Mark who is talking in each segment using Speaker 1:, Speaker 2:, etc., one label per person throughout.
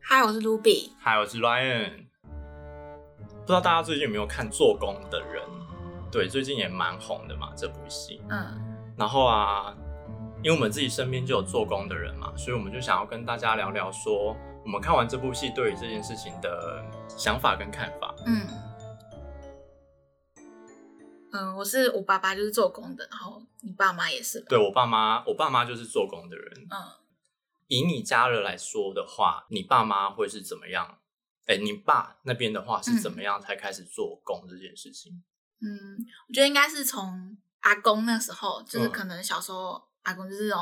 Speaker 1: 嗨，我是 Ruby。
Speaker 2: 嗨，我是 Ryan。不知道大家最近有没有看《做工的人》？对，最近也蛮红的嘛，这部戏。
Speaker 1: 嗯，
Speaker 2: 然后啊，因为我们自己身边就有做工的人嘛，所以我们就想要跟大家聊聊说，我们看完这部戏对于这件事情的想法跟看法。
Speaker 1: 嗯，嗯，我是我爸爸，就是做工的，然后你爸妈也是吧？
Speaker 2: 对我爸妈，我爸妈就是做工的人。
Speaker 1: 嗯，
Speaker 2: 以你家人来说的话，你爸妈会是怎么样？哎，你爸那边的话是怎么样才开始做工这件事情？
Speaker 1: 嗯，我觉得应该是从阿公那时候，就是
Speaker 2: 嗯
Speaker 1: 可能小时候阿公就是这种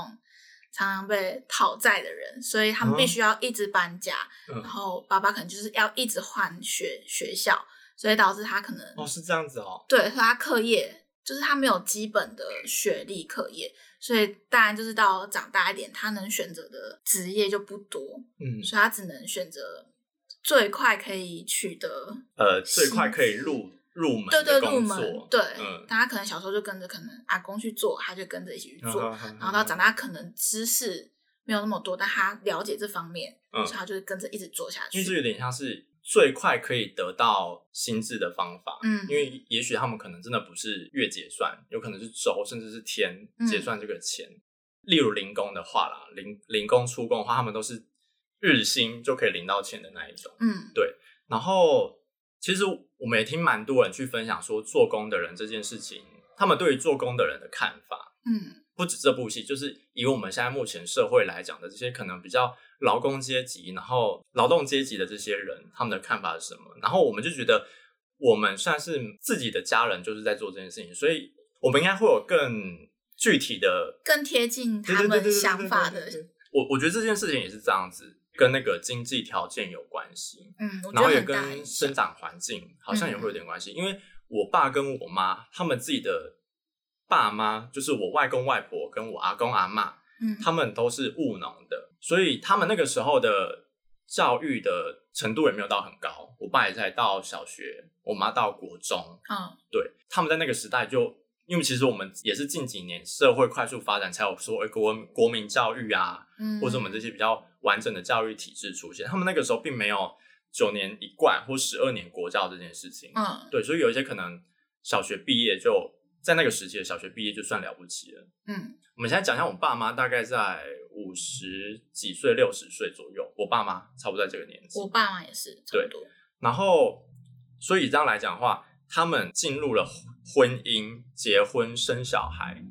Speaker 1: 常常被讨债的人，所以他们必须要一直搬家，
Speaker 2: 嗯
Speaker 1: 然，后爸爸可能就是要一直换学学校，所以导致他可能、
Speaker 2: 哦，是这样子哦。
Speaker 1: 对，所以他课业就是他没有基本的学历课业，所以当然就是到长大一点，他能选择的职业就不多，
Speaker 2: 嗯，
Speaker 1: 所以他只能选择最快可以取得
Speaker 2: 呃，最快可以入入门
Speaker 1: 对对
Speaker 2: 的
Speaker 1: 入
Speaker 2: 工
Speaker 1: 门
Speaker 2: 作，
Speaker 1: 对，
Speaker 2: 嗯
Speaker 1: 但他可能小时候就跟着可能阿公去做，他就跟着一起去
Speaker 2: 嗯
Speaker 1: 做，然后到长
Speaker 2: 大，
Speaker 1: 大可能知识没有那么多，但他了解这方面，
Speaker 2: 嗯
Speaker 1: 所以他就是跟着一直做下
Speaker 2: 因为这
Speaker 1: 去。
Speaker 2: 有点像是最快可以得到心智的方法。
Speaker 1: 嗯
Speaker 2: 因为也许他们可能真的不是月结算，有可能是周甚至是天
Speaker 1: 嗯
Speaker 2: 结算这个钱。例如零工的话啦，零零工出工的话，他们都是日薪就可以领到钱的那一种。
Speaker 1: 嗯
Speaker 2: 然后其实我们也听蛮多人去分享说，做工的人这件事情，他们对于做工的人的看法。
Speaker 1: 嗯
Speaker 2: 不止这部戏，就是以我们现在目前社会来讲的这些可能比较劳工阶级，然后劳动阶级的这些人，他们的看法是什么？然后我们就觉得，我们算是自己的家人，就是在做这件事情，所以我们应该会有更具体的
Speaker 1: 更贴近
Speaker 2: 对
Speaker 1: 他
Speaker 2: 对对对
Speaker 1: 们
Speaker 2: 对对
Speaker 1: 想法
Speaker 2: 对
Speaker 1: 的
Speaker 2: 对，对对我我觉得这件事情也是这样子，跟那个经济条件有关系。
Speaker 1: 嗯，我觉
Speaker 2: 然后
Speaker 1: 得
Speaker 2: 也
Speaker 1: 很大影
Speaker 2: 跟
Speaker 1: 响嗯
Speaker 2: 生。长环境好像也会有点关系，因为我爸跟我妈他们自己的爸妈，就是我外公外婆跟我阿公阿妈，
Speaker 1: 嗯，
Speaker 2: 他们都是务农的，所以他们那个时候的教育的程度也没有到很高。我爸也才到小学，我妈到国中，
Speaker 1: 嗯
Speaker 2: 对，他们在那个时代就，因为其实我们也是近几年社会快速发展才有说，哎、国国民教育啊，
Speaker 1: 嗯，
Speaker 2: 或者我们这些比较完整的教育体制出现。他们那个时候并没有九年一贯或十二年国教这件事情，
Speaker 1: 嗯
Speaker 2: 对，所以有一些可能小学毕业就在那个时期的小学毕业就算了不起了。
Speaker 1: 嗯
Speaker 2: 我们现在讲一下，我爸妈大概在五十几岁、六十岁左右，我爸妈差不多在这个年纪。
Speaker 1: 我爸妈也是差不多。
Speaker 2: 然后，所以这样来讲的话，他们进入了婚姻、结婚、生小孩。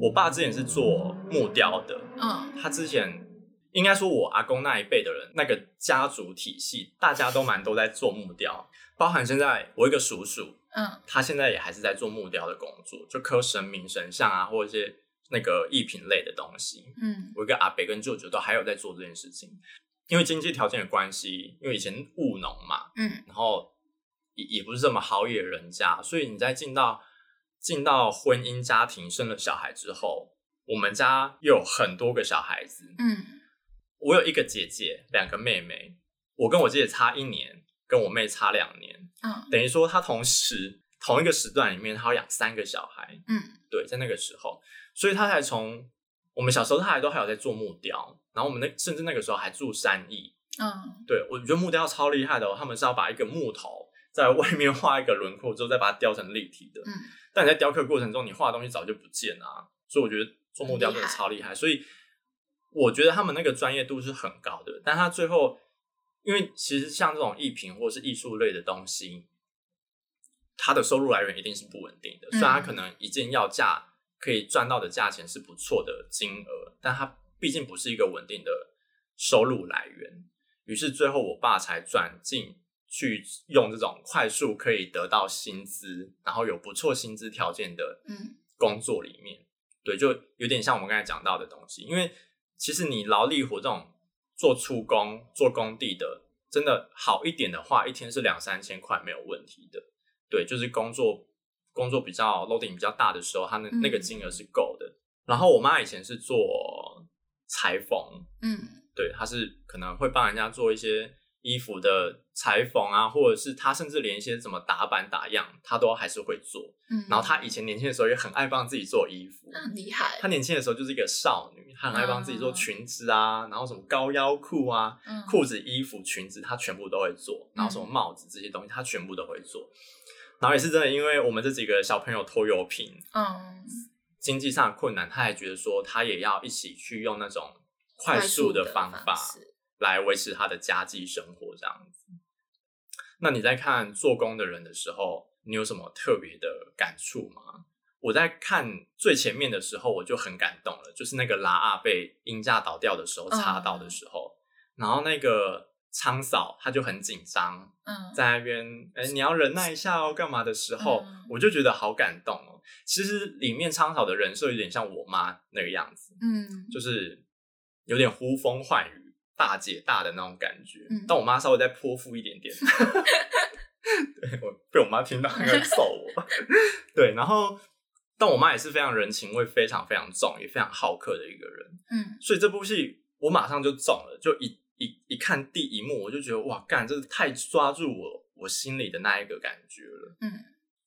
Speaker 2: 我爸之前是做木雕的，
Speaker 1: 嗯
Speaker 2: 他之前应该说，我阿公那一辈的人，那个家族体系，大家都蛮都在做木雕，包含现在我一个叔叔，
Speaker 1: 嗯
Speaker 2: 他现在也还是在做木雕的工作，就刻神明、神像啊，或者一些那个艺品类的东西。
Speaker 1: 嗯
Speaker 2: 我一个阿伯跟舅舅都还有在做这件事情，因为经济条件的关系，因为以前务农嘛，
Speaker 1: 嗯
Speaker 2: 然后也也不是这么好野人家，所以你在进到进到婚姻家庭生了小孩之后，我们家又有很多个小孩子，
Speaker 1: 嗯
Speaker 2: 我有一个姐姐，两个妹妹，我跟我姐姐差一年，跟我妹差两年，
Speaker 1: 嗯
Speaker 2: 等于说她同时同一个时段里面，她要养三个小孩，
Speaker 1: 嗯
Speaker 2: 对，在那个时候，所以她才从我们小时候，她还都还有在做木雕，然后我们那甚至那个时候还住山艺，
Speaker 1: 嗯
Speaker 2: 对，我觉得木雕超厉害的、哦，他们是要把一个木头在外面画一个轮廓之后，再把它雕成立体的。
Speaker 1: 嗯
Speaker 2: 但你在雕刻过程中，你画的东西早就不见了、啊，所以我觉得做木雕真
Speaker 1: 很厉
Speaker 2: 的
Speaker 1: 害
Speaker 2: 超厉害。所以我觉得他们那个专业度是很高的，但他最后因为其实像这种艺品或是艺术类的东西，它的收入来源一定是不稳定的。虽然它
Speaker 1: 嗯
Speaker 2: 可能一件要价可以赚到的价钱是不错的金额，但它毕竟不是一个稳定的收入来源。于是最后我爸才转进去用这种快速可以得到薪资，然后有不错薪资条件的
Speaker 1: 嗯
Speaker 2: 工作里面。对，就有点像我们刚才讲到的东西，因为其实你劳力活这种做出工、做工地的，真的好一点的话，一天是两三千块没有问题的。对，就是工作工作比较 loading 比较大的时候，他那那个
Speaker 1: 嗯
Speaker 2: 金额是够的。然后我妈以前是做裁缝，
Speaker 1: 嗯
Speaker 2: 对，他是可能会帮人家做一些衣服的裁缝啊，或者是他甚至连一些怎么打版打样，他都还是会做。
Speaker 1: 嗯，
Speaker 2: 然后他以前年轻的时候也很爱帮自己做衣服，
Speaker 1: 那很厉害，
Speaker 2: 她年轻的时候就是一个少女，她很爱帮自己做裙子啊，然后什么高腰裤啊、
Speaker 1: 嗯，
Speaker 2: 裤子、衣服、裙子，她全部都会做，然后什么帽子这些东西，她全部都会做。然后也是真的，因为我们这几个小朋友拖油瓶，
Speaker 1: 嗯，
Speaker 2: 经济上的困难，她还觉得说她也要一起去用那种快速的方法
Speaker 1: 式
Speaker 2: 来维持她的家计生活这样子。那你在看做工的人的时候，你有什么特别的感触吗？我在看最前面的时候，我就很感动了，就是那个拉阿被鹰架倒掉的时候，
Speaker 1: 嗯
Speaker 2: 插到的时候，然后那个仓嫂她就很紧张，
Speaker 1: 嗯，
Speaker 2: 在那边，哎、你要忍耐一下哦，干嘛的时候，
Speaker 1: 嗯
Speaker 2: 我就觉得好感动哦。其实里面仓嫂的人设有点像我妈那个样子，
Speaker 1: 嗯，
Speaker 2: 就是有点呼风唤雨、大姐大的那种感觉。
Speaker 1: 嗯
Speaker 2: 但我妈稍微再泼妇一 点点，对我被我妈听到应该会揍我。对，然后但我妈也是非常人情味非常非常重，也非常好客的一个人，
Speaker 1: 嗯，
Speaker 2: 所以这部戏我马上就中了，就一一一看第一幕我就觉得哇，干，这太抓住我我心里的那一个感觉了。
Speaker 1: 嗯。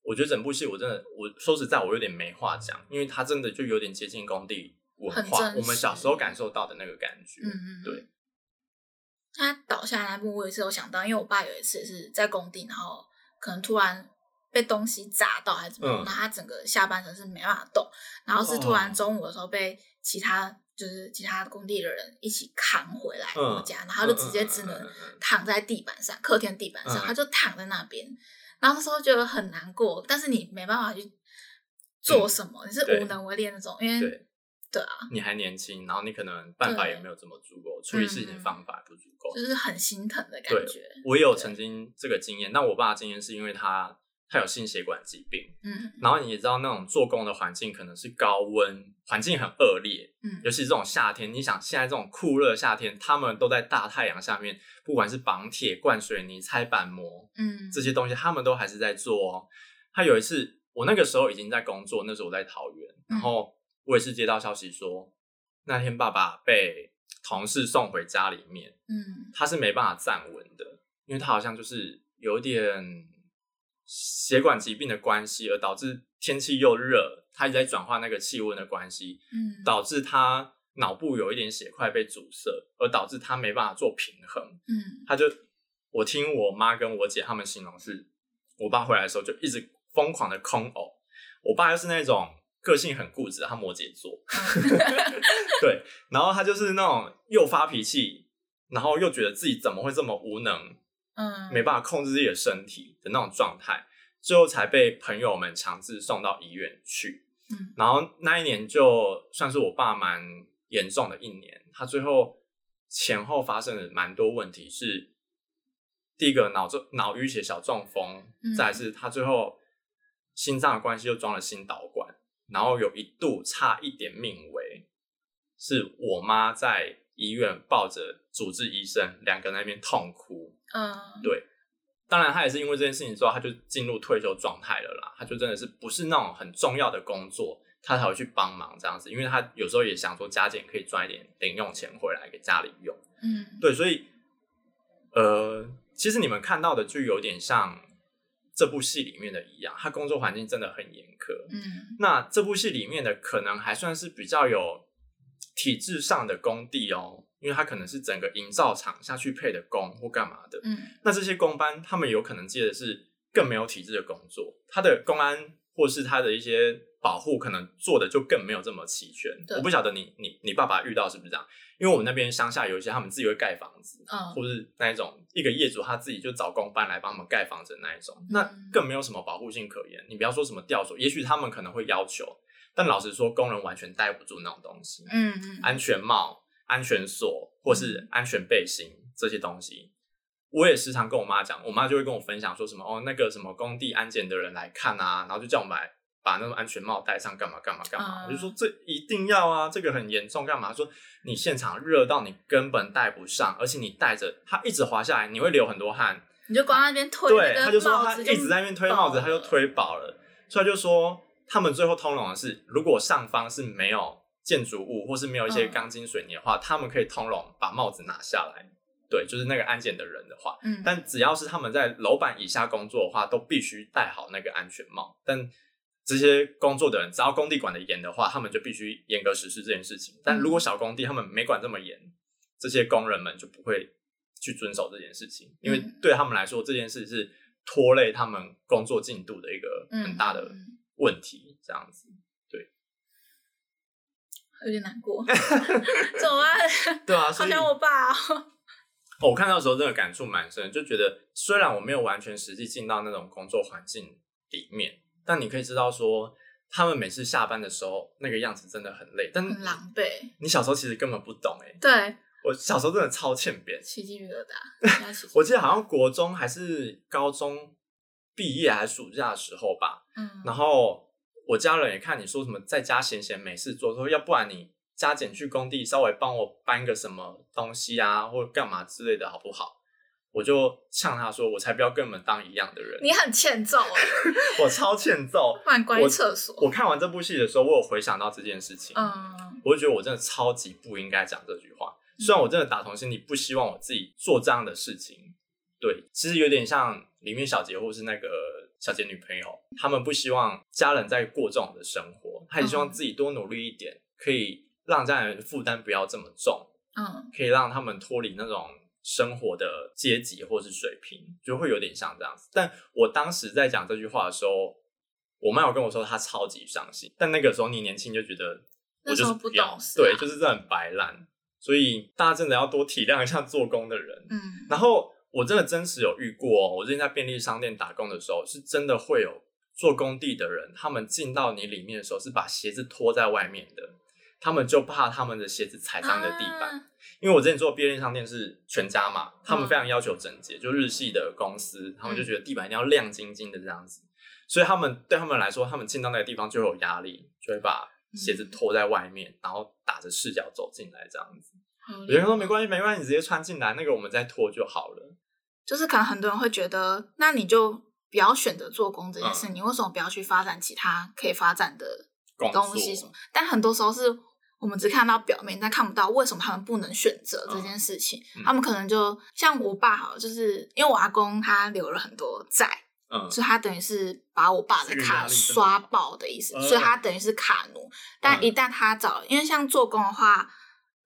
Speaker 2: 我觉得整部戏我真的，我说实在，我有点没话讲，因为它真的就有点接近工地文
Speaker 1: 很
Speaker 2: 化，
Speaker 1: 真
Speaker 2: 我们小
Speaker 1: 实
Speaker 2: 时候感受到的那个感觉。
Speaker 1: 嗯嗯，
Speaker 2: 对。
Speaker 1: 他倒下来那幕，我也是有想到，因为我爸有一次也是在工地，然后可能突然被东西砸到还是怎么样，
Speaker 2: 嗯
Speaker 1: 然后他整个下半身是没办法动，然后是突然
Speaker 2: 哦
Speaker 1: 中午的时候被其他就是其他工地的人一起扛回来
Speaker 2: 嗯
Speaker 1: 我家，然后他就直接只
Speaker 2: 嗯嗯
Speaker 1: 能
Speaker 2: 嗯嗯嗯
Speaker 1: 躺在地板上，客厅地板上，
Speaker 2: 嗯
Speaker 1: 他就躺在那边，然后那时候觉得很难过，但是你没办法去做什么，你是
Speaker 2: 嗯对
Speaker 1: 无能为力的那种，因为
Speaker 2: 对
Speaker 1: 对啊，
Speaker 2: 你还年轻，然后你可能办法也没有这么足够，处理事情的方法也不足够。
Speaker 1: 就是很心疼的感
Speaker 2: 对
Speaker 1: 觉，
Speaker 2: 我也有曾经这个经验，但我爸的经验是因为他他有心血管疾病，
Speaker 1: 嗯
Speaker 2: 然后你也知道那种做工的环境可能是高温，环境很恶劣，
Speaker 1: 嗯
Speaker 2: 尤其这种夏天，你想现在这种酷热的夏天，他们都在大太阳下面，不管是绑铁、灌水泥、拆板模
Speaker 1: 嗯，
Speaker 2: 这些东西，他们都还是在做哦。他有一次，我那个时候已经在工作，那时候我在桃园，然后我也是接到消息说，那天爸爸被同事送回家里面，
Speaker 1: 嗯
Speaker 2: 他是没办法站稳的，因为他好像就是有点血管疾病的关系，而导致天气又热，他一直在转化那个气温的关系，
Speaker 1: 嗯，
Speaker 2: 导致他脑部有一点血块被阻塞，而导致他没办法做平衡。
Speaker 1: 嗯
Speaker 2: 他就我听我妈跟我姐他们形容是，我爸回来的时候就一直疯狂的空呕。我爸又是那种个性很固执，他摩羯座， 对，然后他就是那种又发脾气，然后又觉得自己怎么会这么无能，
Speaker 1: 嗯，
Speaker 2: 没办法控制自己的身体的那种状态，最后才被朋友们强制送到医院去。
Speaker 1: 嗯
Speaker 2: 然后那一年就算是我爸蛮严重的一年，他最后前后发生了蛮多问题，是第一个脑中脑淤血小中风，
Speaker 1: 嗯
Speaker 2: 再来是他最后心脏的关系又装了心导管，然后有一度差一点命危，是我妈在医院抱着主治医生两个人在那边痛哭，
Speaker 1: 嗯，
Speaker 2: 对，当然他也是因为这件事情之后，他就进入退休状态了啦。他就真的是不是那种很重要的工作，他才会去帮忙这样子，因为他有时候也想说加减可以赚一点零用钱回来给家里用。
Speaker 1: 嗯
Speaker 2: 对，所以呃，其实你们看到的就有点像这部戏里面的一样，他工作环境真的很严苛。
Speaker 1: 嗯
Speaker 2: 那这部戏里面的可能还算是比较有体制上的工地哦，因为它可能是整个营造厂下去配的工或干嘛的。
Speaker 1: 嗯
Speaker 2: 那这些工班他们有可能接的是更没有体制的工作，他的公安或是他的一些保护可能做的就更没有这么齐全。
Speaker 1: 对
Speaker 2: 我不晓得你你你爸爸遇到是不是这样？因为我们那边乡下有一些他们自己会盖房子，
Speaker 1: 嗯
Speaker 2: 或是那一种一个业主他自己就找工班来帮他们盖房子的那一种，那更没有什么保护性可言。你不要说什么吊索，也许他们可能会要求，但老实说，工人完全待不住那种东西。
Speaker 1: 嗯嗯，
Speaker 2: 安全帽、安全锁或是安全背心这些东西。我也时常跟我妈讲，我妈就会跟我分享说什么哦，那个什么工地安检的人来看啊，然后就叫我们来把那种安全帽戴上，干嘛干嘛干嘛。
Speaker 1: 啊
Speaker 2: 我就说这一定要啊，这个很严重，干嘛？她说你现场热到你根本戴不上，而且你戴着它一直滑下来，你会流很多汗，
Speaker 1: 你就光在那边推
Speaker 2: 对，
Speaker 1: 那
Speaker 2: 他
Speaker 1: 个
Speaker 2: 就说
Speaker 1: 帽
Speaker 2: 他
Speaker 1: 子，
Speaker 2: 一直在那边推帽子，他就，推饱了，所以他就说他们最后通融的是，如果上方是没有建筑物或是没有一些
Speaker 1: 嗯
Speaker 2: 钢筋水泥的话，他们可以通融把帽子拿下来。对，就是那个安检的人的话，
Speaker 1: 嗯，
Speaker 2: 但只要是他们在楼板以下工作的话，都必须戴好那个安全帽。但这些工作的人，只要工地管得严的话，他们就必须严格实施这件事情。但如果小工地他们没管这么严，这些工人们就不会去遵守这件事情，因为
Speaker 1: 嗯
Speaker 2: 对他们来说，这件事是拖累他们工作进度的一个很大的
Speaker 1: 嗯
Speaker 2: 问题。这样子，
Speaker 1: 有点难 过，怎么办？
Speaker 2: 对啊，
Speaker 1: 好
Speaker 2: 所以
Speaker 1: 想我爸哦、
Speaker 2: 哦我看到的时候真的感触蛮深的，就觉得虽然我没有完全实际进到那种工作环境里面，但你可以知道说，他们每次下班的时候那个样子真的很累。但
Speaker 1: 很狼狈。
Speaker 2: 你小时候其实根本不懂哎、
Speaker 1: 对，
Speaker 2: 我小时候真的超欠扁。
Speaker 1: 奇迹皮疙瘩， 要起鸡
Speaker 2: 我记得好像国中还是高中毕业还是暑假的时候吧，
Speaker 1: 嗯，
Speaker 2: 然后我家人也看你说什么在家闲闲没事做，说要不然你加减去工地稍微帮我搬个什么东西啊，或者干嘛之类的好不好？我就呛他说：“我才不要跟你们当一样的人，
Speaker 1: 你很欠揍哦，
Speaker 2: 我超欠揍。
Speaker 1: 不然关厕所。
Speaker 2: 我看完这部戏的时候，我有回想到这件事情，
Speaker 1: 嗯
Speaker 2: 我就觉得我真的超级不应该讲这句话。虽然我真的打从心里不希望我自己做这样的事情，对，其实有点像里面小杰或是那个小杰女朋友，他们不希望家人在过这种的生活，他也希望自己多努力一点，可以让家人负担不要这么重，
Speaker 1: 嗯，
Speaker 2: 可以让他们脱离那种生活的阶级或是水平，就会有点像这样子。但我当时在讲这句话的时候，我妈有跟我说她超级伤心，但那个时候你年轻就觉得我
Speaker 1: 那时
Speaker 2: 就
Speaker 1: 候
Speaker 2: 是
Speaker 1: 不
Speaker 2: 要
Speaker 1: 懂事啊
Speaker 2: 对，就是这很白烂，所以大家真的要多体谅一下做工的人。
Speaker 1: 嗯，
Speaker 2: 然后我真的真实有遇过、哦，我之前在便利商店打工的时候，是真的会有做工地的人，他们进到你里面的时候是把鞋子脱在外面的，他们就怕他们的鞋子踩伤你的地板。
Speaker 1: 啊
Speaker 2: 因为我之前做便利商店是全家嘛，他们
Speaker 1: 嗯
Speaker 2: 非常要求整洁，就日系的公司，他们就觉得地板一定要亮晶晶的这样子，所以他们对他们来说，他们进到那个地方就会有压力，就会把
Speaker 1: 嗯
Speaker 2: 鞋子脱在外面，然后打着赤脚走进来这样子。
Speaker 1: 好哦
Speaker 2: 有
Speaker 1: 厉
Speaker 2: 人
Speaker 1: 害
Speaker 2: 说没关系，没关系，你直接穿进来，那个我们再脱就好了。
Speaker 1: 就是可能很多人会觉得，那你就不要选择做工这件
Speaker 2: 嗯
Speaker 1: 事，你为什么不要去发展其他可以发展的
Speaker 2: 工作
Speaker 1: 东西什么？但很多时候是我们只看到表面，但看不到为什么他们不能选择这件事情。
Speaker 2: 嗯嗯
Speaker 1: 他们可能就像我爸好了，就是因为我阿公他留了很多债，
Speaker 2: 嗯
Speaker 1: 所以他等于是把我爸的
Speaker 2: 这个压
Speaker 1: 卡
Speaker 2: 力真的
Speaker 1: 刷爆的意思，
Speaker 2: 嗯
Speaker 1: 所以他等于是卡奴。但
Speaker 2: 嗯
Speaker 1: 一旦他找，因为像做工的话，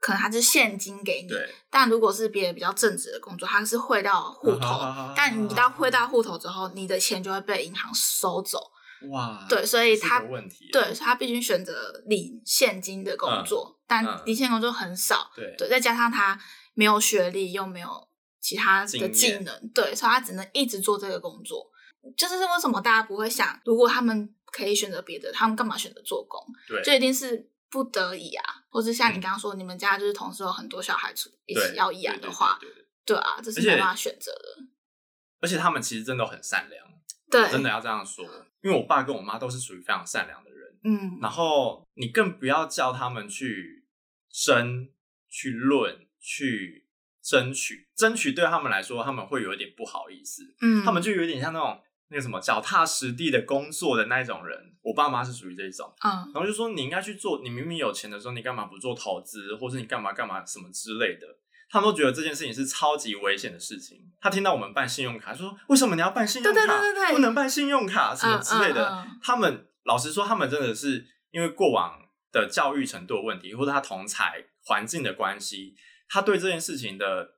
Speaker 1: 可能他是现金给你，
Speaker 2: 对，
Speaker 1: 但如果是别人比较正直的工作，他是汇到
Speaker 2: 嗯
Speaker 1: 户头，但你
Speaker 2: 啊
Speaker 1: 到汇到户头之后，你的钱就会被银行收走。
Speaker 2: 哇，
Speaker 1: 对，所以
Speaker 2: 这是
Speaker 1: 他
Speaker 2: 个问题，啊
Speaker 1: 对，所以他必须选择领现金的工作，
Speaker 2: 嗯
Speaker 1: 但领现金工作很少。
Speaker 2: 对
Speaker 1: 对，再加上他没有学历，又没有其他
Speaker 2: 经
Speaker 1: 的
Speaker 2: 验
Speaker 1: 技能，对，所以他只能一直做这个工作。就是为什么大家不会想，如果他们可以选择别的，他们干嘛选择做工？
Speaker 2: 对嗯
Speaker 1: 这一定是不得已啊，或是像你刚刚说，你们家就是同时有很多小孩出一起
Speaker 2: 对
Speaker 1: 要养的话，
Speaker 2: 对对对对
Speaker 1: 对啊，这是
Speaker 2: 而且
Speaker 1: 没办法选择的。
Speaker 2: 而且他们其实真的很善良，
Speaker 1: 对，
Speaker 2: 真的，要这样说，因为我爸跟我妈都是属于非常善良的人。
Speaker 1: 嗯，
Speaker 2: 然后你更不要叫他们去争、去论、去争取。争取对他们来说，他们会有一点不好意思，
Speaker 1: 嗯，
Speaker 2: 他们就有点像那种那个什么脚踏实地的工作的那一种人。我爸妈是属于这一种，
Speaker 1: 嗯
Speaker 2: 然后就说你应该去做，你明明有钱的时候，你干嘛不做投资，或是你干嘛干嘛什么之类的。他们都觉得这件事情是超级危险的事情。他听到我们办信用卡，就说为什么你要办信用卡？
Speaker 1: 对对对对对
Speaker 2: 不能办信用卡什么之类的。
Speaker 1: 嗯嗯嗯
Speaker 2: 他们老实说，他们真的是因为过往的教育程度的问题，或者他同才环境的关系，他对这件事情的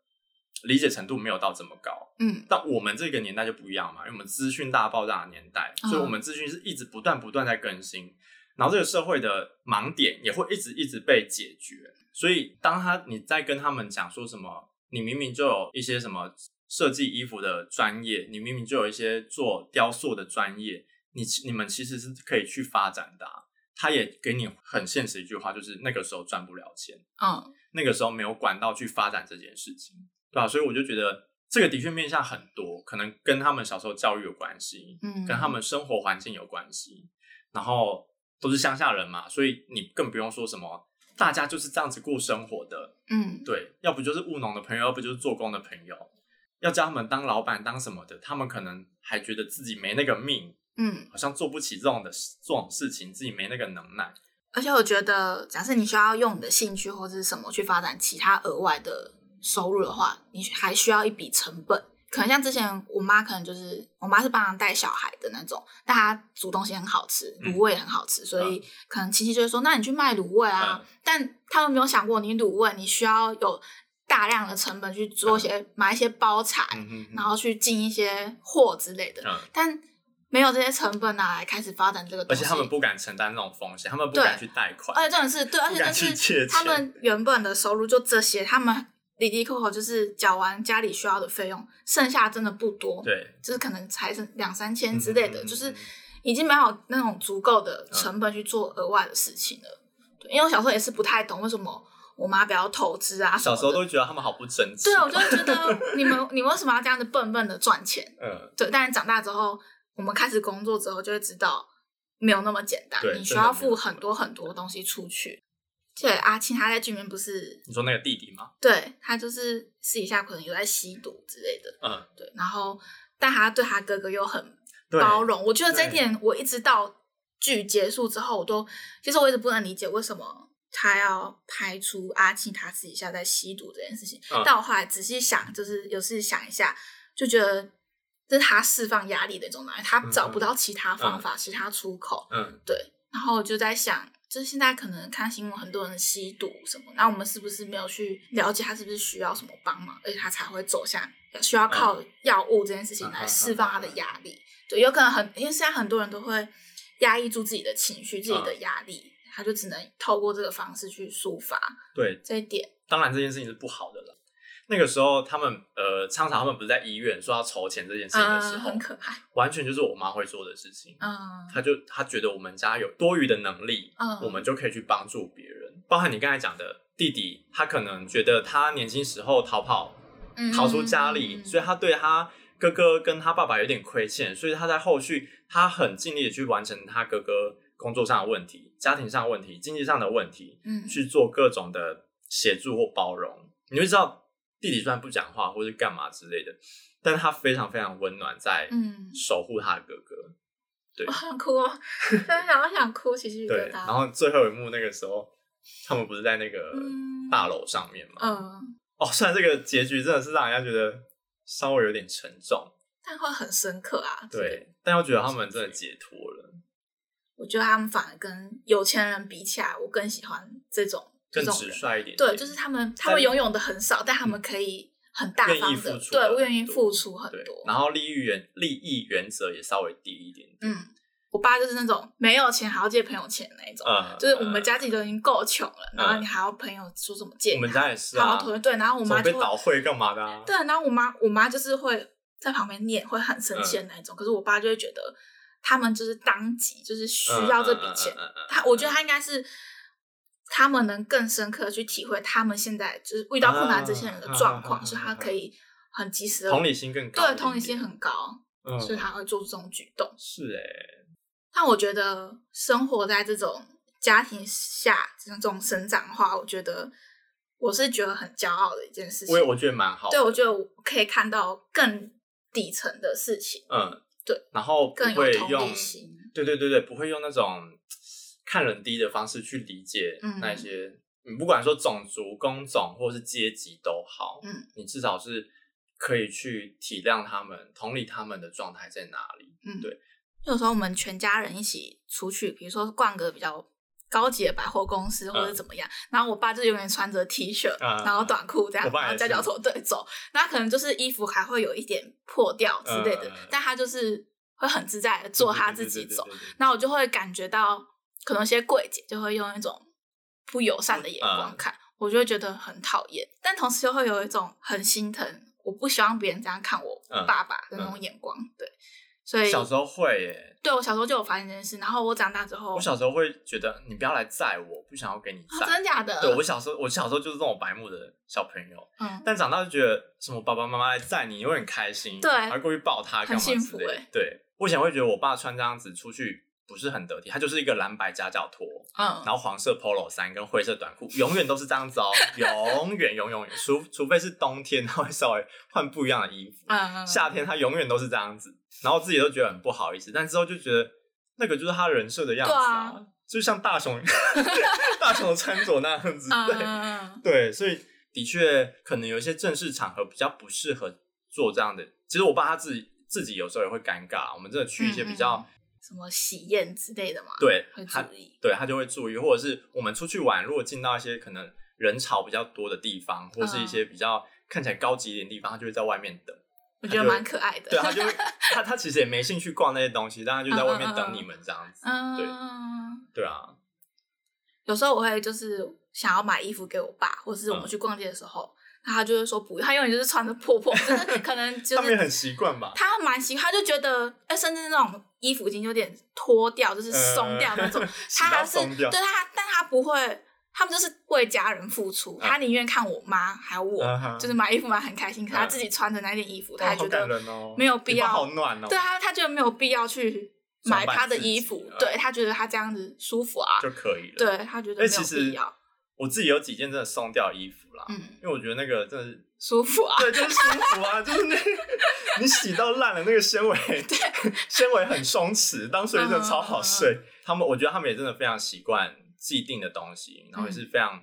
Speaker 2: 理解程度没有到这么高。
Speaker 1: 嗯
Speaker 2: 但我们这个年代就不一样嘛，因为我们资讯大爆炸的年代，
Speaker 1: 嗯
Speaker 2: 所以我们资讯是一直不断不断在更新，然后这个社会的盲点也会一直一直被解决。所以当他你在跟他们讲说什么，你明明就有一些什么设计衣服的专业，你明明就有一些做雕塑的专业，你其你们其实是可以去发展的啊、他也给你很现实一句话，就是那个时候赚不了钱。
Speaker 1: 嗯
Speaker 2: 那个时候没有管道去发展这件事情，对吧、啊所以我就觉得这个的确面向很多，可能跟他们小时候教育有关系，
Speaker 1: 嗯，
Speaker 2: 跟他们生活环境有关系，然后都是乡下人嘛，所以你更不用说什么，大家就是这样子过生活的，
Speaker 1: 嗯
Speaker 2: 对，要不就是务农的朋友，要不就是做工的朋友，要叫他们当老板当什么的，他们可能还觉得自己没那个命，
Speaker 1: 嗯，
Speaker 2: 好像做不起这种的事这种事情，自己没那个能耐，
Speaker 1: 而且我觉得，假设你需要用你的兴趣或者是什么去发展其他额外的收入的话，你还需要一笔成本。可能像之前我妈，可能就是我妈是帮忙带小孩的那种，但她煮东西很好吃，
Speaker 2: 嗯
Speaker 1: 卤味很好吃，所以可能亲戚就会说：“那你去卖卤味啊。
Speaker 2: 嗯
Speaker 1: 但他们没有想过，你卤味你需要有大量的成本去做一些、买一些包材，
Speaker 2: 嗯哼
Speaker 1: 然后去进一些货之类的。
Speaker 2: 嗯，
Speaker 1: 但没有这些成本拿来开始发展这个东
Speaker 2: 而
Speaker 1: 西，呃
Speaker 2: 且他们不敢承担那种风险，他们不敢去贷款，
Speaker 1: 而且重点是对，而且
Speaker 2: 不敢
Speaker 1: 但
Speaker 2: 去
Speaker 1: 是
Speaker 2: 借钱。
Speaker 1: 他们原本的收入就这些，他们里里扣扣就是缴完家里需要的费用，剩下真的不多，
Speaker 2: 对
Speaker 1: 就是可能才是两三千之类的，
Speaker 2: 嗯嗯嗯
Speaker 1: 就是
Speaker 2: 嗯
Speaker 1: 已经没有那种足够的成本去做额外的事情了。对，因为我小时候也是不太懂为什么我妈不要投资啊什么
Speaker 2: 嗯小
Speaker 1: 的，
Speaker 2: 时候都觉得他们好不争气
Speaker 1: 对，我
Speaker 2: 哦。
Speaker 1: 就觉得你们你们为什么要这样子笨笨的赚钱？
Speaker 2: 嗯，
Speaker 1: 对，但是长大之后，我们开始工作之后，就会知道没有那么简单
Speaker 2: 对，
Speaker 1: 你需
Speaker 2: 真的
Speaker 1: 要
Speaker 2: 没有那
Speaker 1: 付
Speaker 2: 么
Speaker 1: 很多很多东西出去。对，阿青他在剧里面不是，
Speaker 2: 你说那个弟弟吗？
Speaker 1: 对他就是私底下可能有在吸毒之类的，
Speaker 2: 嗯，
Speaker 1: 对，然后但他对他哥哥又很
Speaker 2: 对，
Speaker 1: 包容，我觉得这一
Speaker 2: 对
Speaker 1: 点我一直到剧结束之后，我都其实我一直不能理解为什么。他要拍出阿庆他私底下在吸毒这件事情，
Speaker 2: 嗯
Speaker 1: 但我后来仔细想，就是有事想一下，就觉得这是他释放压力的一种能力，他找不到其他方法、其他出口。
Speaker 2: 嗯，
Speaker 1: 然后我就在想，就是现在可能看新闻，很多人吸毒什么，那我们是不是没有去了解他是不是需要什么帮忙，而且他才会走向需
Speaker 2: 嗯
Speaker 1: 要靠药物这件事情来释放他的压力？对，有可能很，因为现在很多人都会压抑住自己的情绪、自己
Speaker 2: 嗯
Speaker 1: 的压力，他就只能透过这个方式去抒发
Speaker 2: 对，
Speaker 1: 这一点。
Speaker 2: 当然这件事情是不好的了。那个时候，他们呃，常常他们不是在医院说要筹钱这件事情的时
Speaker 1: 嗯，
Speaker 2: 候，
Speaker 1: 很可爱。
Speaker 2: 完全就是我妈会做的事情。
Speaker 1: 嗯
Speaker 2: 她就她觉得我们家有多余的能力，
Speaker 1: 嗯，
Speaker 2: 我们就可以去帮助别人。包含你刚才讲的弟弟，他可能觉得他年轻时候逃跑
Speaker 1: 嗯
Speaker 2: 逃出家里，
Speaker 1: 嗯嗯
Speaker 2: 所以他对他哥哥跟他爸爸有点亏欠，所以他在后续他很尽力的去完成他哥哥工作上的问题、家庭上的问题、经济上的问题，
Speaker 1: 嗯
Speaker 2: 去做各种的协助或包容。你会知道弟弟虽然不讲话或是干嘛之类的，但他非常非常温暖，在
Speaker 1: 嗯，
Speaker 2: 守护他的哥哥。
Speaker 1: 我好想哭哦， 真的想我想哭，起鸡皮
Speaker 2: 对，
Speaker 1: 疙
Speaker 2: 然
Speaker 1: 瘩。
Speaker 2: 后最后一幕那个时候，他们不是在那个
Speaker 1: 嗯
Speaker 2: 大楼上面嘛？
Speaker 1: 嗯，
Speaker 2: 哦，虽然这个结局真的是让人家觉得稍微有点沉重。
Speaker 1: 但会很深刻啊。这个，
Speaker 2: 对，但我觉得他们真的解脱了，
Speaker 1: 我觉得他们反而跟有钱人比起来，我更喜欢这种这
Speaker 2: 更
Speaker 1: 种
Speaker 2: 直
Speaker 1: 人。
Speaker 2: 率一点点。
Speaker 1: 对，就是他们，他们拥有的很少，但他们可以很大
Speaker 2: 愿意
Speaker 1: 方
Speaker 2: 付
Speaker 1: 的，
Speaker 2: 出
Speaker 1: 对
Speaker 2: 的
Speaker 1: 我愿意
Speaker 2: 很多
Speaker 1: 付出很
Speaker 2: 对
Speaker 1: 多。
Speaker 2: 然后利益原利益原则也稍微低一点点。
Speaker 1: 嗯，我爸就是那种没有钱还要借朋友钱那一种，
Speaker 2: 呃，
Speaker 1: 嗯就是我们家自己都已经够穷了，然后你还要朋友说什么借
Speaker 2: 呃
Speaker 1: 他，
Speaker 2: 嗯我们家也是
Speaker 1: 还
Speaker 2: 啊
Speaker 1: 要，推对，然后我
Speaker 2: 怎么
Speaker 1: 妈
Speaker 2: 被
Speaker 1: 就会
Speaker 2: 倒会干嘛的啊？
Speaker 1: 对，然后我妈我妈就是会在旁边念，会很
Speaker 2: 嗯
Speaker 1: 生气的那一种。可是我爸就会觉得他们就是当即就是需
Speaker 2: 嗯，
Speaker 1: 要这笔钱。
Speaker 2: 嗯嗯嗯嗯嗯
Speaker 1: 他我觉得他应该是他们能更深刻地去体会他们现在就是遇到困难这些人的状况，
Speaker 2: 啊
Speaker 1: 所以他可以很及时的
Speaker 2: 同理心更高一
Speaker 1: 对
Speaker 2: 点点，
Speaker 1: 同理心很高，
Speaker 2: 嗯，
Speaker 1: 所以他会做出这种举动。
Speaker 2: 是哎，
Speaker 1: 但我觉得生活在这种家庭下，这种生长的话，我觉得我是觉得很骄傲的一件事情。
Speaker 2: 我也我觉得蛮好的。
Speaker 1: 对，我觉得我可以看到更底层的事情，
Speaker 2: 嗯，
Speaker 1: 对，
Speaker 2: 然后不
Speaker 1: 更
Speaker 2: 会
Speaker 1: 有同
Speaker 2: 用
Speaker 1: 理，心。
Speaker 2: 对对对对，不会用那种看人低的方式去理解
Speaker 1: 嗯
Speaker 2: 那些，你不管说种族、工种或是阶级都好，
Speaker 1: 嗯，
Speaker 2: 你至少是可以去体谅他们、同理他们的状态在哪里。
Speaker 1: 嗯，
Speaker 2: 对。
Speaker 1: 有时候我们全家人一起出去，比如说逛个比较高级的百货公司或者怎么样，然后我爸就永远穿着 T 恤，
Speaker 2: 嗯
Speaker 1: 然后短裤这样
Speaker 2: 我，爸也
Speaker 1: 然后夹脚拖对走，那可能就是衣服还会有一点破掉之类的，
Speaker 2: 嗯嗯嗯
Speaker 1: 但他就是会很自在的做他自己走。，那我就会感觉到，可能一些柜姐就会用一种不友善的眼光
Speaker 2: 嗯
Speaker 1: 看，我就会觉得很讨厌，但同时又会有一种很心疼，我不希望别人这样看我
Speaker 2: 嗯
Speaker 1: 爸爸的那种眼光，对，所以
Speaker 2: 小时候会耶，
Speaker 1: 对我小时候就有发现这件事，然后我长大之后，
Speaker 2: 我小时候会觉得你不要来载我，不想要给你
Speaker 1: 啊、
Speaker 2: 载。
Speaker 1: 真假的，
Speaker 2: 对我小时候，我小时候就是这种白目的小朋友，
Speaker 1: 嗯，
Speaker 2: 但长大就觉得什么爸爸妈妈来载你，你会很开心，
Speaker 1: 对
Speaker 2: 还会过去抱他干嘛之类
Speaker 1: 很幸福
Speaker 2: 的
Speaker 1: 欸
Speaker 2: 对，我以前会觉得我爸穿这样子出去不是很得体，他就是一个蓝白夹脚拖，
Speaker 1: 嗯
Speaker 2: 然后黄色 polo 衫跟灰色短裤，永远都是这样子哦，永远永远永远，除除非是冬天，他会稍微换不一样的衣服，
Speaker 1: 嗯嗯，
Speaker 2: 夏天他永远都是这样子，然后自己都觉得很不好意思，但之后就觉得那个就是他人设的样子
Speaker 1: 对
Speaker 2: 啊 就像大雄大雄的穿着那样子，
Speaker 1: 嗯
Speaker 2: 对
Speaker 1: 嗯嗯嗯
Speaker 2: 对，所以的确可能有一些正式场合比较不适合做这样的。其实我爸他自己自己有时候也会尴尬，我们真的去一些比较、
Speaker 1: 什么喜宴之类的嘛，
Speaker 2: 对
Speaker 1: 嗯会
Speaker 2: 他
Speaker 1: 注意。
Speaker 2: 对他就会注意，或者是我们出去玩，如果进到一些可能人潮比较多的地方，或是一
Speaker 1: 嗯
Speaker 2: 些比较看起来高级一点的地方，他就会在外面 等。
Speaker 1: 我觉得蛮可爱的。
Speaker 2: 对，他就会他他其实也没兴趣逛那些东西，但他就在外面等你们这样子。对
Speaker 1: 嗯，
Speaker 2: 对啊，
Speaker 1: 有时候我会就是想要买衣服给我爸，或是我们
Speaker 2: 嗯
Speaker 1: 去逛街的时候，那他就会说不，他永远就是穿着破破，真的可能就
Speaker 2: 他们
Speaker 1: 是
Speaker 2: 也很习惯吧？
Speaker 1: 他蛮喜欢，他就觉得，哎，甚至那种衣服已经有点脱掉，就是松掉那种，
Speaker 2: 呃洗
Speaker 1: 他
Speaker 2: 到
Speaker 1: 还是
Speaker 2: 松掉
Speaker 1: 对他，但他不会，他们就是为家人付出，
Speaker 2: 嗯
Speaker 1: 他宁愿看我妈还有我，
Speaker 2: 嗯哼
Speaker 1: 就是买衣服买得很开心，可他
Speaker 2: 嗯
Speaker 1: 自己穿着那件衣服，
Speaker 2: 哦
Speaker 1: 他
Speaker 2: 好
Speaker 1: 觉
Speaker 2: 感
Speaker 1: 得
Speaker 2: 人哦，
Speaker 1: 没有必
Speaker 2: 你爸
Speaker 1: 要
Speaker 2: 好暖哦，
Speaker 1: 对啊他，他觉得没有必要去
Speaker 2: 装
Speaker 1: 买
Speaker 2: 扮
Speaker 1: 他的
Speaker 2: 自己
Speaker 1: 衣服
Speaker 2: 嗯，
Speaker 1: 对他觉得他这样子舒服啊，
Speaker 2: 就可以了。
Speaker 1: 对他觉得没
Speaker 2: 因为其
Speaker 1: 有必
Speaker 2: 实
Speaker 1: 要，
Speaker 2: 我自己有几件真的松掉衣服啦，
Speaker 1: 嗯，
Speaker 2: 因为我觉得那个真的是，
Speaker 1: 舒服啊，
Speaker 2: 对，就是舒 服啊，就是那你洗到烂了，那个纤维， 纤维很松弛，当睡衣真的超好睡。
Speaker 1: 嗯
Speaker 2: 他们，我觉得他们也真的非常习惯既定的东西，然后也是
Speaker 1: 嗯
Speaker 2: 非常，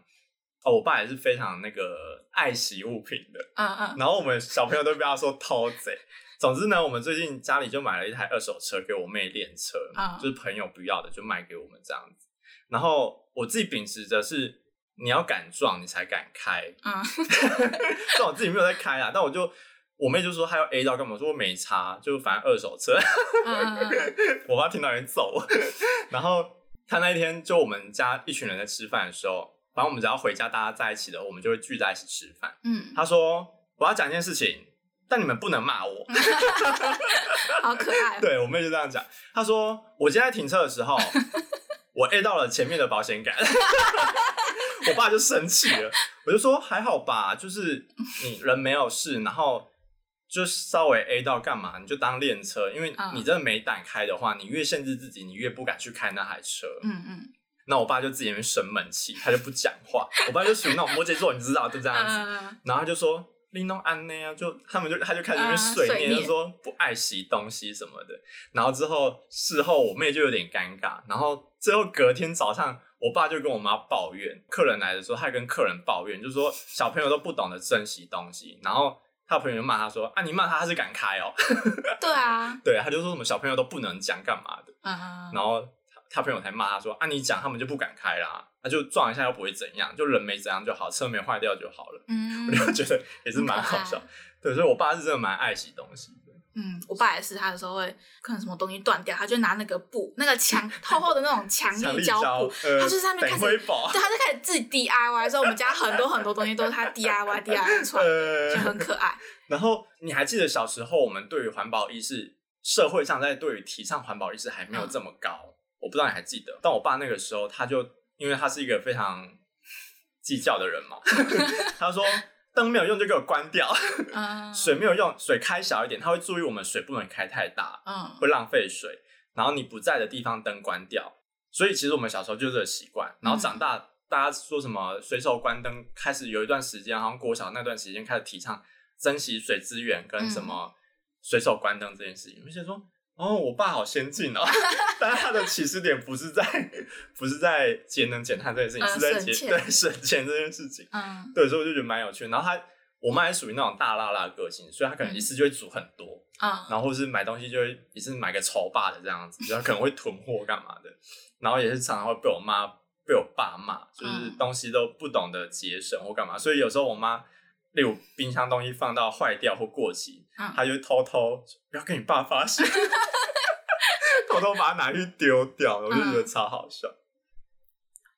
Speaker 2: 哦，我爸也是非常那个爱惜物品的，
Speaker 1: 嗯嗯，
Speaker 2: 然后我们小朋友都被他说偷贼。总之呢，我们最近家里就买了一台二手车给我妹练车，
Speaker 1: 嗯
Speaker 2: 就是朋友不要的就卖给我们这样子。然后我自己秉持着是你要敢撞你才敢开，
Speaker 1: 嗯，
Speaker 2: 但我自己没有在开啊。但我就我妹就说她要 A 到干嘛，我说我没差，就反正二手车。
Speaker 1: 嗯嗯嗯嗯，
Speaker 2: 我爸听到有点揍我。 然后他那一天就我们家一群人在吃饭的时候，反正我们只要回家大家在一起的，我们就会聚在一起吃饭。
Speaker 1: 嗯，
Speaker 2: 他说：“我要讲一件事情，但你们不能骂我。
Speaker 1: 嗯好可爱哦，
Speaker 2: 对我妹就这样讲，她说：“我今天在停车的时 候，我 A 到了前面的保险杆。” 我爸就生气了，我就说：“还好吧，就是你人没有事，然后就稍微 A 到干嘛？你就当练车，因为
Speaker 1: 嗯
Speaker 2: 你真的没胆开的话，你越限制自己，你越不敢去开那台车。”
Speaker 1: 嗯嗯
Speaker 2: 那我爸就自己在那边生闷气，他就不讲话。我爸就属于那种摩羯座，你知道，就这样
Speaker 1: 嗯
Speaker 2: 子。
Speaker 1: 嗯，嗯
Speaker 2: 然后他就说林东安呢啊，就他们就他就开始在那边
Speaker 1: 啊
Speaker 2: 碎
Speaker 1: 碎
Speaker 2: 念，
Speaker 1: 念
Speaker 2: 就说不爱惜东西什么的。然后之后事后我妹就有点尴尬，然后最后隔天早上。我爸就跟我妈抱怨，客人来的时候，他还跟客人抱怨，就说小朋友都不懂得珍惜东西。然后他朋友就骂他说：“啊，你骂他，他是敢开哦。
Speaker 1: 对啊”，
Speaker 2: 对，他就说什么小朋友都不能讲干嘛的。
Speaker 1: 嗯嗯嗯
Speaker 2: 然后他他朋友才骂他说：“啊，你讲他们就不敢开啦，那、就撞一下又不会怎样，就人没怎样就好，车没坏掉就好了。”
Speaker 1: 嗯，
Speaker 2: 我就觉得也是蛮好笑。对，所以我爸是真的蛮爱惜东西的。
Speaker 1: 嗯，我爸也是，他有时候会可能什么东西断掉，他就拿那个布，那个强厚厚的那种强
Speaker 2: 强
Speaker 1: 力
Speaker 2: 力
Speaker 1: 胶布，，
Speaker 2: 胶呃，
Speaker 1: 他就在那边开
Speaker 2: 等
Speaker 1: 始
Speaker 2: 挥，宝，
Speaker 1: 对，他就开始自己 DIY。所以我们家很多很多东西都是他 DIY DIY 出来的，就
Speaker 2: 呃，
Speaker 1: 很可爱。
Speaker 2: 然后你还记得小时候我们对于环保意识，社会上在对于提倡环保意识还
Speaker 1: 嗯
Speaker 2: 没有这么高，我不知道你还记得。但我爸那个时候他就因为他是一个非常计较的人嘛， 他说灯没有用就给我关掉。
Speaker 1: 嗯，
Speaker 2: 水没有用，水开小一点，他会注意我们水不能开太大，
Speaker 1: 嗯
Speaker 2: 会浪费水。然后你不在的地方灯关掉，所以其实我们小时候就这个习惯。
Speaker 1: 嗯
Speaker 2: 然后长大，大家说什么随手关灯，开始有一段时间，好像国小那段时间开始提倡珍惜水资源跟
Speaker 1: 嗯
Speaker 2: 什么随手关灯这件事情。我就想说，哦，我爸好 先进哦，但他的起始点不是在不是在节能减碳这件事
Speaker 1: 嗯
Speaker 2: 情，是在
Speaker 1: 省
Speaker 2: 节
Speaker 1: 钱
Speaker 2: 对省钱这件事情。
Speaker 1: 嗯
Speaker 2: 对，所以我就觉得蛮有趣的。然后他，我妈也属于那种大辣辣的个性，所以她可能
Speaker 1: 嗯
Speaker 2: 一次就会煮很多，
Speaker 1: 嗯
Speaker 2: 然后或是买东西就会一次买个丑霸的这样子，就她可能会囤货干嘛的。然后也是常常会被我妈、被我爸骂，就是
Speaker 1: 嗯
Speaker 2: 东西都不懂得节省或干嘛。所以有时候我妈，例如冰箱东西放到坏掉或过期，
Speaker 1: 嗯，
Speaker 2: 她就会偷偷不要跟你爸 发现，偷偷把它拿去丢掉，我就觉得
Speaker 1: 嗯
Speaker 2: 超好笑。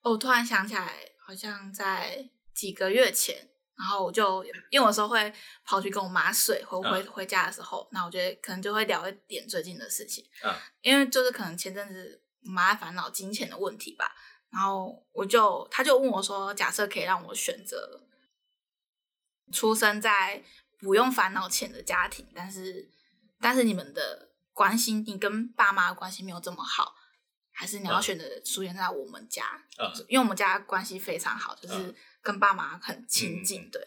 Speaker 1: 哦我突然想起来，好像在几个月前。然后我就，因为我有时候会跑去跟我妈睡，回回
Speaker 2: 嗯
Speaker 1: 回家的时候，那我觉得可能就会聊一点最近的事情。
Speaker 2: 嗯
Speaker 1: 因为就是可能前阵子妈烦恼金钱的问题吧，然后我就他就问我说，假设可以让我选择出生在不用烦恼钱的家庭，但是但是你们的关系，你跟爸妈的关系没有这么好，还是你要
Speaker 2: 嗯
Speaker 1: 选择出生在我们家？
Speaker 2: 嗯
Speaker 1: 因为我们家关系非常好，就是跟爸妈很亲
Speaker 2: 嗯
Speaker 1: 近，对。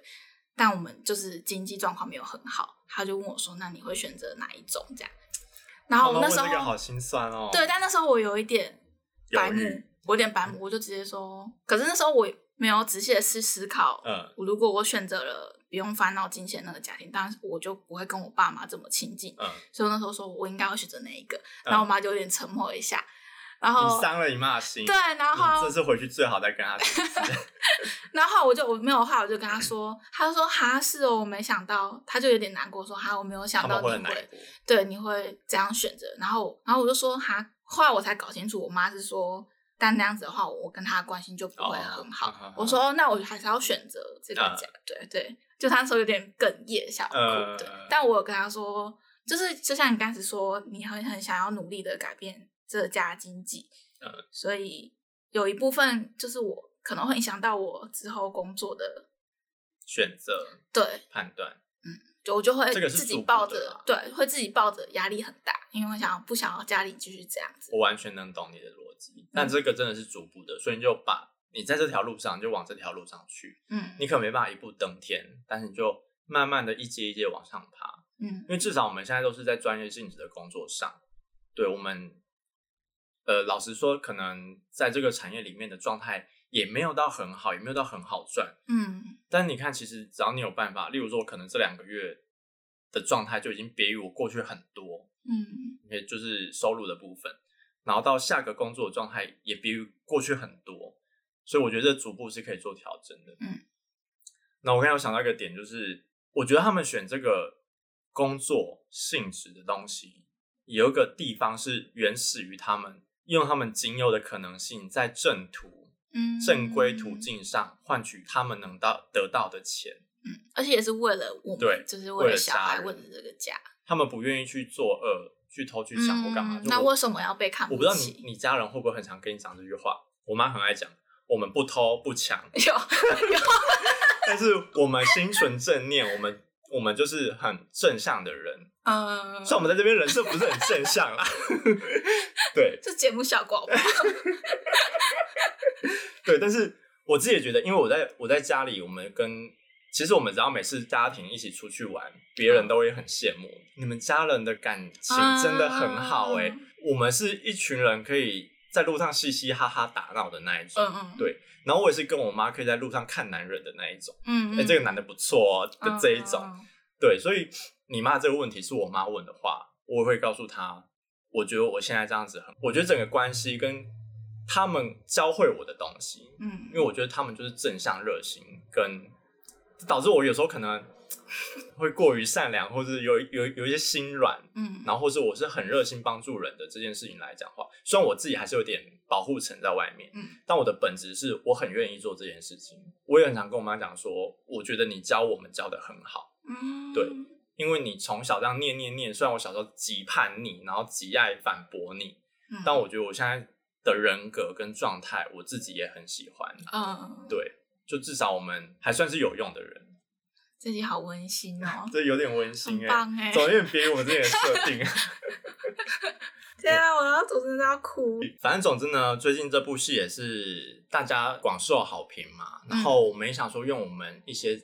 Speaker 1: 但我们就是经济状况没有很好，他就问我说：“那你会选择哪一种？”这样，然后
Speaker 2: 妈
Speaker 1: 我那
Speaker 2: 妈问
Speaker 1: 时候
Speaker 2: 这个好心酸哦。
Speaker 1: 对，但那时候我有一点白目
Speaker 2: 犹豫，嗯
Speaker 1: 我有点白目，我就直接说。可是那时候我没有仔细的去思考，
Speaker 2: 嗯
Speaker 1: 我如果我选择了不用烦恼金钱那个家庭，当然我就不会跟我爸妈这么亲近。
Speaker 2: 嗯，
Speaker 1: 所以我那时候说我应该会选择那一个，然后我妈就有点沉默一下，然后
Speaker 2: 你伤了你妈的心。
Speaker 1: 对，啊然
Speaker 2: 你这
Speaker 1: 后
Speaker 2: 次回去最好再跟他解释。
Speaker 1: 然后我就我没有话，我就跟她说，她就说哈是哦，我没想到，她就有点难过说哈我没有
Speaker 2: 他
Speaker 1: 想到
Speaker 2: 们
Speaker 1: 你
Speaker 2: 会很难
Speaker 1: 会
Speaker 2: 过。
Speaker 1: 对，你会这样选择。然后，然后我就说哈，后来我才搞清楚，我妈是说，但那样子的话，我跟她的关系就不会很好。
Speaker 2: 哦好好好
Speaker 1: 我说、哦那我还是要选择这个
Speaker 2: 嗯
Speaker 1: 家，对对。就她那时候有点哽咽，想哭。
Speaker 2: 嗯
Speaker 1: 对
Speaker 2: 嗯嗯，
Speaker 1: 但我有跟她说，就是就像你刚才说，你很很想要努力的改变这家经济，
Speaker 2: 嗯
Speaker 1: 所以有一部分就是我可能会影响到我之后工作的，
Speaker 2: 选择
Speaker 1: 对，
Speaker 2: 判断，
Speaker 1: 就我就会
Speaker 2: 这个是
Speaker 1: 自己
Speaker 2: 逐步
Speaker 1: 抱
Speaker 2: 的啊
Speaker 1: 着
Speaker 2: 啦，
Speaker 1: 对，会自己抱着压力很大，因为我想不想要家里继续这样子。
Speaker 2: 我完全能懂你的逻辑。但这个真的是逐步的，所以你就把你在这条路上你就往这条路上去，
Speaker 1: 嗯
Speaker 2: 你可能没办法一步登天，但是你就慢慢的一阶一阶往上爬。
Speaker 1: 嗯
Speaker 2: 因为至少我们现在都是在专业性质的工作上，对我们，呃，老实说，可能在这个产业里面的状态也没有到很好，也没有到很好赚。
Speaker 1: 嗯
Speaker 2: 但你看，其实只要你有办法，例如说，可能这两个月的状态就已经别于我过去很多，
Speaker 1: 嗯
Speaker 2: 也就是收入的部分，然后到下个工作的状态也别于过去很多，所以我觉得这逐步是可以做调整的。
Speaker 1: 嗯，
Speaker 2: 那我刚才有想到一个点，就是我觉得他们选这个工作性质的东西，有一个地方是原始于他们用他们仅有的可能性，在正途
Speaker 1: 嗯，
Speaker 2: 正规途，径上换取他们能到得到的钱。
Speaker 1: 嗯，而且也是为了我们，
Speaker 2: 对
Speaker 1: 就是
Speaker 2: 为
Speaker 1: 了
Speaker 2: 了
Speaker 1: 小
Speaker 2: 家
Speaker 1: 孩，
Speaker 2: 人
Speaker 1: 为了这个家。
Speaker 2: 他们不愿意去作恶、去偷、去抢或干嘛。
Speaker 1: 嗯
Speaker 2: 就
Speaker 1: 那
Speaker 2: 我
Speaker 1: 为什么要被看
Speaker 2: 我
Speaker 1: 不
Speaker 2: 不知道
Speaker 1: 起，
Speaker 2: 你你家人会不会很常跟你讲这句话？我妈很爱讲，我们不偷不抢
Speaker 1: 有有，
Speaker 2: 但是我们心存正念，我们我们就是很正向的人。
Speaker 1: 嗯，
Speaker 2: 虽然我们在这边人设不是很正向啦， 对
Speaker 1: 这节目效果好不好，
Speaker 2: 对，但是我自己也觉得，因为我在我在家里，我们跟其实我们只要每次家庭一起出去玩，别
Speaker 1: 嗯
Speaker 2: 人都会很羡慕你们家人的感情真的很好哎、
Speaker 1: 啊
Speaker 2: 我们是一群人可以在路上嘻嘻哈哈打闹的那一种，
Speaker 1: 嗯嗯，
Speaker 2: 对然后我也是跟我妈可以在路上看男人的那一种，
Speaker 1: 嗯，嗯，
Speaker 2: 哎、这个男的不错哦的
Speaker 1: 嗯
Speaker 2: 这一种，，
Speaker 1: 嗯
Speaker 2: 对，所以你妈这个问题是我妈问的话，我会告诉她，我觉得我现在这样子很，我觉得整个关系跟他们教会我的东西，
Speaker 1: 嗯，
Speaker 2: 因为我觉得他们就是正向热情，跟导致我有时候可能会过于善良，或者有有有一些心软，
Speaker 1: 嗯，
Speaker 2: 然后或是我是很热心帮助人的这件事情来讲话，虽然我自己还是有点保护层在外面，
Speaker 1: 嗯，
Speaker 2: 但我的本质是我很愿意做这件事情。我也很常跟我妈讲说，我觉得你教我们教的很好，
Speaker 1: 嗯，
Speaker 2: 对因为你从小这样念念念，虽然我小时候极叛逆，然后极爱反驳你，
Speaker 1: 嗯，
Speaker 2: 但我觉得我现在的人格跟状态，我自己也很喜欢。
Speaker 1: 嗯，
Speaker 2: 对，就至少我们还算是有用的人，
Speaker 1: 这集好温馨
Speaker 2: ，
Speaker 1: 哦
Speaker 2: 这有点温馨
Speaker 1: 很
Speaker 2: 哎、
Speaker 1: 棒哎，
Speaker 2: 总有点别于我们之前的设定。啊
Speaker 1: 对啊，我要主持人都要哭，
Speaker 2: 反正总之呢，最近这部戏也是大家广受好评嘛。
Speaker 1: 嗯
Speaker 2: 然后我们也想说，用我们一些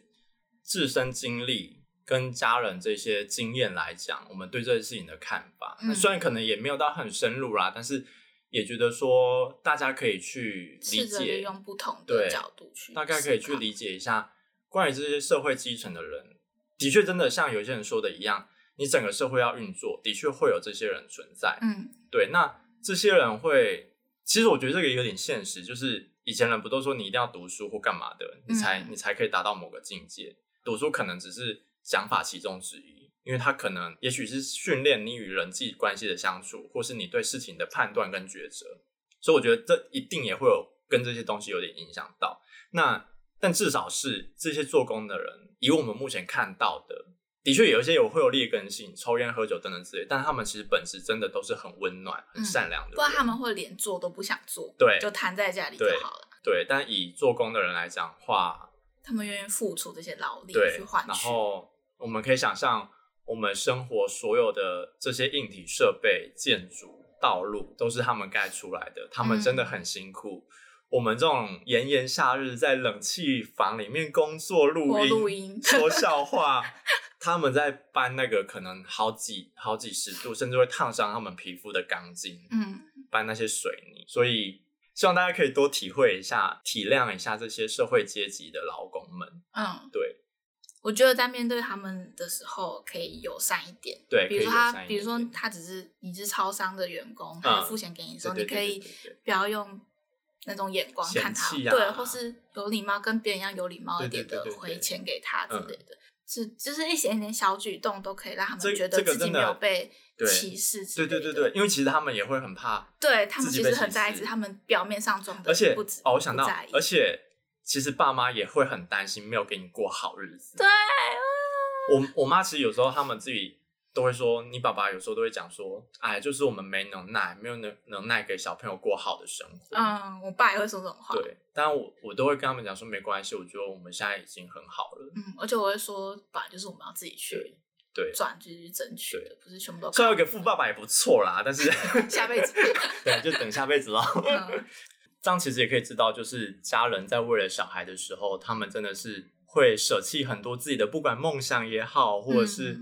Speaker 2: 自身经历跟家人这些经验来讲，我们对这件事情的看法。
Speaker 1: 嗯
Speaker 2: 那虽然可能也没有到很深入啦，但是也觉得说大家可以去理
Speaker 1: 试着利
Speaker 2: 解，
Speaker 1: 用不同的
Speaker 2: 对
Speaker 1: 角度去思考，
Speaker 2: 大概可以去理解一下关于这些社会基层的人，的确真的像有些人说的一样，你整个社会要运作，的确会有这些人存在。
Speaker 1: 嗯
Speaker 2: 对，那这些人会，其实我觉得这个有点现实，就是以前人不都说你一定要读书或干嘛的，你才、
Speaker 1: 嗯
Speaker 2: 你才可以达到某个境界。读书可能只是想法其中之一，因为它可能也许是训练你与人际关系的相处，或是你对事情的判断跟抉择。所以我觉得这一定也会有跟这些东西有点影响到。那但至少是这些做工的人，以我们目前看到的，的确有一些有会有劣根性，抽烟、喝酒等等之类，但他们其实本质真的都是很温暖、很善良
Speaker 1: 嗯
Speaker 2: 的人、
Speaker 1: 不然他们会连做都不想做，
Speaker 2: 对
Speaker 1: 就瘫在家里就
Speaker 2: 对
Speaker 1: 好了。
Speaker 2: 对，但以做工的人来讲话，
Speaker 1: 他们愿意付出这些劳力
Speaker 2: 对
Speaker 1: 去换，
Speaker 2: 然
Speaker 1: 取，
Speaker 2: 后我们可以想象，我们生活所有的这些硬体设备、建筑、道路都是他们盖出来的，他们
Speaker 1: 嗯
Speaker 2: 真的很辛苦。我们这种炎炎夏日在冷气房里面工作、录
Speaker 1: 我
Speaker 2: 音、
Speaker 1: 录音
Speaker 2: 说笑话，他们在搬那个可能好几好几十度，甚至会烫伤他们皮肤的钢筋，
Speaker 1: 嗯
Speaker 2: 搬那些水泥，所以希望大家可以多体会一下、体谅一下这些社会阶级的劳工们。
Speaker 1: 嗯，
Speaker 2: 对
Speaker 1: 我觉得在面对他们的时候可以友善一点。
Speaker 2: 对，
Speaker 1: 比如说
Speaker 2: 可以友
Speaker 1: 他，
Speaker 2: 善一
Speaker 1: 比如说
Speaker 2: 点
Speaker 1: 他只是你是超商的员工，他
Speaker 2: 嗯
Speaker 1: 付钱给你的时
Speaker 2: 对
Speaker 1: 候，
Speaker 2: 对
Speaker 1: 你
Speaker 2: 对
Speaker 1: 可以
Speaker 2: 对对对
Speaker 1: 不要用那种眼光
Speaker 2: 嫌
Speaker 1: 看他，
Speaker 2: 弃啊
Speaker 1: 对，或是有礼貌跟别人一样有礼貌一点
Speaker 2: 对对
Speaker 1: 的
Speaker 2: 对对对
Speaker 1: 回钱给他之
Speaker 2: 嗯
Speaker 1: 类的，是就是一点点小举动都可以让他
Speaker 2: 这
Speaker 1: 们觉得
Speaker 2: 这个
Speaker 1: 自己
Speaker 2: 真的
Speaker 1: 没有被
Speaker 2: 对
Speaker 1: 歧视之
Speaker 2: 对
Speaker 1: 类的。
Speaker 2: 对对对，因为其实他们也会很怕
Speaker 1: 对他们
Speaker 2: 自
Speaker 1: 其
Speaker 2: 己被
Speaker 1: 实
Speaker 2: 歧
Speaker 1: 很在意，
Speaker 2: 视
Speaker 1: 只是他们表面上装的，
Speaker 2: 而且
Speaker 1: 不止
Speaker 2: 哦，我想到
Speaker 1: 不在意，
Speaker 2: 而且其实爸妈也会很担心没有给你过好日子。
Speaker 1: 对，
Speaker 2: 我我妈其实有时候他们自己都会说，你爸爸有时候都会讲说，哎，就是我们没能耐，没有能能耐给小朋友过好的生活。
Speaker 1: 嗯，我爸也会说这种话，
Speaker 2: 对，但我我都会跟他们讲说，没关系，我觉得我们现在已经很好了。
Speaker 1: 嗯，而且我会说，本来就是我们要自己去
Speaker 2: 对，
Speaker 1: 赚，就是去争取的，不是全部都靠
Speaker 2: 虽然有个富爸爸也不错啦，但是
Speaker 1: 下辈子。
Speaker 2: 对，就等下辈子喽。
Speaker 1: 嗯
Speaker 2: 这样其实也可以知道，就是家人在为了小孩的时候，他们真的是会舍弃很多自己的，不管梦想也好，或者是
Speaker 1: 嗯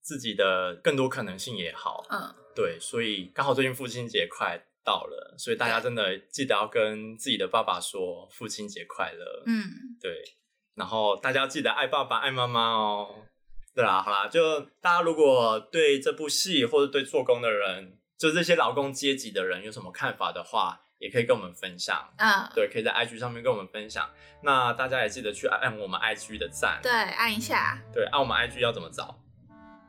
Speaker 2: 自己的更多可能性也好。
Speaker 1: 嗯，
Speaker 2: 对，所以刚好最近父亲节快到了，所以大家真的记得要跟自己的爸爸说父亲节快乐。
Speaker 1: 嗯，
Speaker 2: 对，然后大家记得爱爸爸、爱妈妈哦。对啦，好啦，就大家如果对这部戏或者对做工的人，就这些劳工阶级的人有什么看法的话，也可以跟我们分享。
Speaker 1: 嗯，
Speaker 2: 对，可以在 IG 上面跟我们分享。那大家也记得去按我们 IG 的赞。
Speaker 1: 对，按一下
Speaker 2: 对，按我们 IG 要怎么找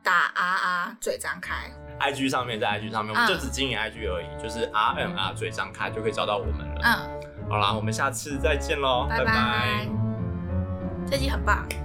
Speaker 1: 打啊啊，嘴张开，
Speaker 2: ？IG 上面，在 IG 上面，我
Speaker 1: 嗯
Speaker 2: 们就只经营 IG 而已，就是 R N R 嘴张开就可以找到我们了。
Speaker 1: 嗯，
Speaker 2: 好啦，我们下次再见喽，
Speaker 1: 拜
Speaker 2: 拜拜
Speaker 1: 拜，这集很棒。